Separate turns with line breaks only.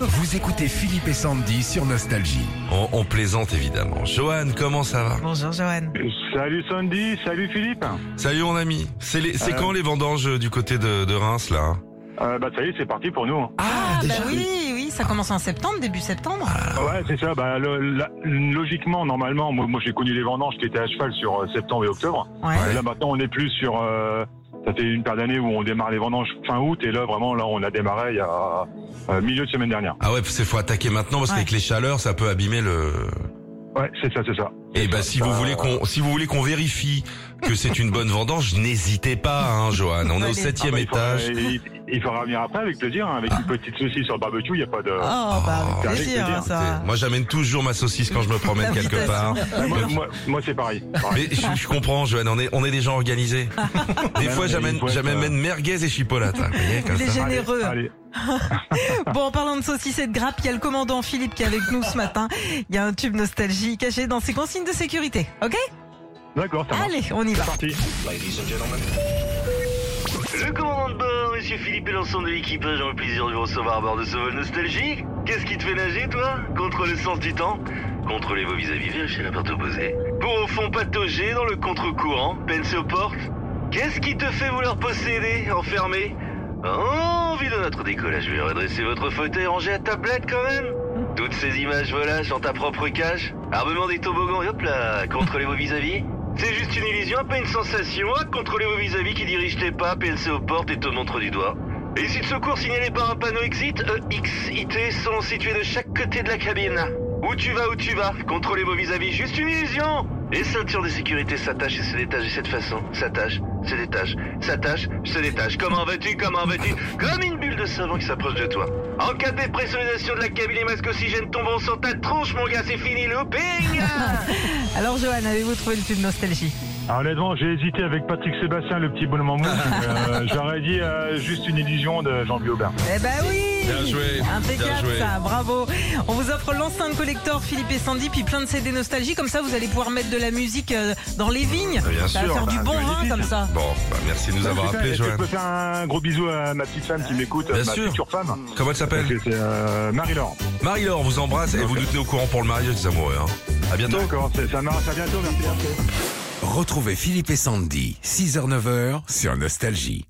Vous écoutez Philippe et Sandy sur Nostalgie.
On, on plaisante évidemment. Johan, comment ça va
Bonjour Johan.
Salut Sandy, salut Philippe.
Salut mon ami. C'est les- c'est
Euh.
quand les vendanges euh, du côté de, de Reims là hein
Euh, bah ça y est, c'est parti pour nous.
Ah, bah oui, oui, ça commence en septembre, début septembre.
Ouais, c'est ça. Bah le- la- logiquement, normalement, moi, moi, j'ai connu les vendanges qui étaient à cheval sur euh, septembre et octobre.
Ouais.
Et Là maintenant, on est plus sur. euh, ça fait une paire d'années où on démarre les vendanges fin août et là vraiment là on a démarré il y a euh, milieu de semaine dernière.
Ah ouais, c'est faut attaquer maintenant parce
Ouais.
qu'avec les chaleurs, ça peut abîmer le.
Ouais, c'est ça, c'est ça. Ah,
Et bah si vous voulez qu'on si vous voulez qu'on vérifie que c'est une bonne vendange, n'hésitez pas, hein, Johan. On est au
Allez.
Ah,
septième
bah, il faudra-
étage.
il, il faudra venir après avec plaisir, hein, avec une petite saucisse sur le barbecue. Il y a pas de.
Oh, bah avec
Oh,
avec
plaisir,
plaisir,
ça.
Moi, j'amène toujours ma saucisse quand je me promène quelque part.
Bah, moi, moi- moi, c'est pareil. Pareil.
Mais je, je comprends, Johan. On est on est des gens organisés. Des
Ouais,
fois,
mais
j'amène
il faut être,
j'amène merguez et chipolata. Vous voyez, comme
Les
ça.
gé- Généreux.
Allez,
Bon, en parlant de saucisses et de grappes, il y a le commandant Philippe qui est avec nous ce matin. Il y a un tube nostalgie caché dans ses consignes de sécurité. Ok
D'accord, ça marche.
Allez, on y va.
C'est parti.
Le commandant de bord, monsieur Philippe et l'ensemble de l'équipage ont le plaisir de vous recevoir à bord de ce vol nostalgique. Qu'est-ce qui te fait nager, toi Contre le sens du temps Contrôlez vos vis-à-vis vers chez la porte opposée. Pour au fond patauger dans le contre-courant, peine sur porte. Qu'est-ce qui te fait vouloir posséder, enfermé Envie de notre décollage, vais redresser votre fauteuil rangé à tablette quand même Toutes ces images volages dans ta propre cage Armement des toboggans, et hop là, contrôlez vos vis-à-vis c'est juste une illusion, pas une sensation. À contrôler vos vis-à-vis qui dirigent tes pas, PLC aux portes et te montrent du doigt. Et si de secours signalé par un panneau exit, E, EXIT sont situés de chaque côté de la cabine. Où tu vas, où tu vas, contrôlez vos vis-à-vis, juste une illusion Et ceinture de sécurité s'attache et se détache de cette façon. S'attache, se détache, s'attache, se détache. Comment vas-tu, comment vas-tu Comme une bulle de savon qui s'approche de toi. En cas de dépressurisation de la cabine, les masques oxygène tomberont sur ta tronche, mon gars, c'est fini, looping
Alors, Johan, avez-vous trouvé le tube nostalgie
Alors, honnêtement, j'ai hésité avec Patrick Sébastien, le petit bonhomme en mousse. Euh, J'aurais dit euh, juste une illusion de Jean-Louis Aubert.
Eh ben oui
Bien joué, bien
Impeccable
joué.
ça, bravo On vous offre l'enceinte collector Philippe et Sandy, puis plein de CD nostalgie, comme ça vous allez pouvoir mettre de la musique euh, dans les vignes.
Ah, bien
ça
sûr,
va faire
bah,
du bon
magnifique.
vin comme ça.
Bon, bah, merci de nous
Ah,
avoir
putain,
appelés,
est-ce que
Johan.
Je peux faire un gros bisou à ma petite femme qui m'écoute,
Bien
ma
sûr.
future femme.
Comment elle s'appelle
Parce que C'est euh, Marie-Laure.
Marie-Laure vous embrasse et vous nous tenez au courant pour le mariage des amoureux. Hein. À bientôt.
D'accord, c'est- ça marche. À bientôt, merci.
Retrouvez Philippe et Sandy, 6h-9h sur Nostalgie.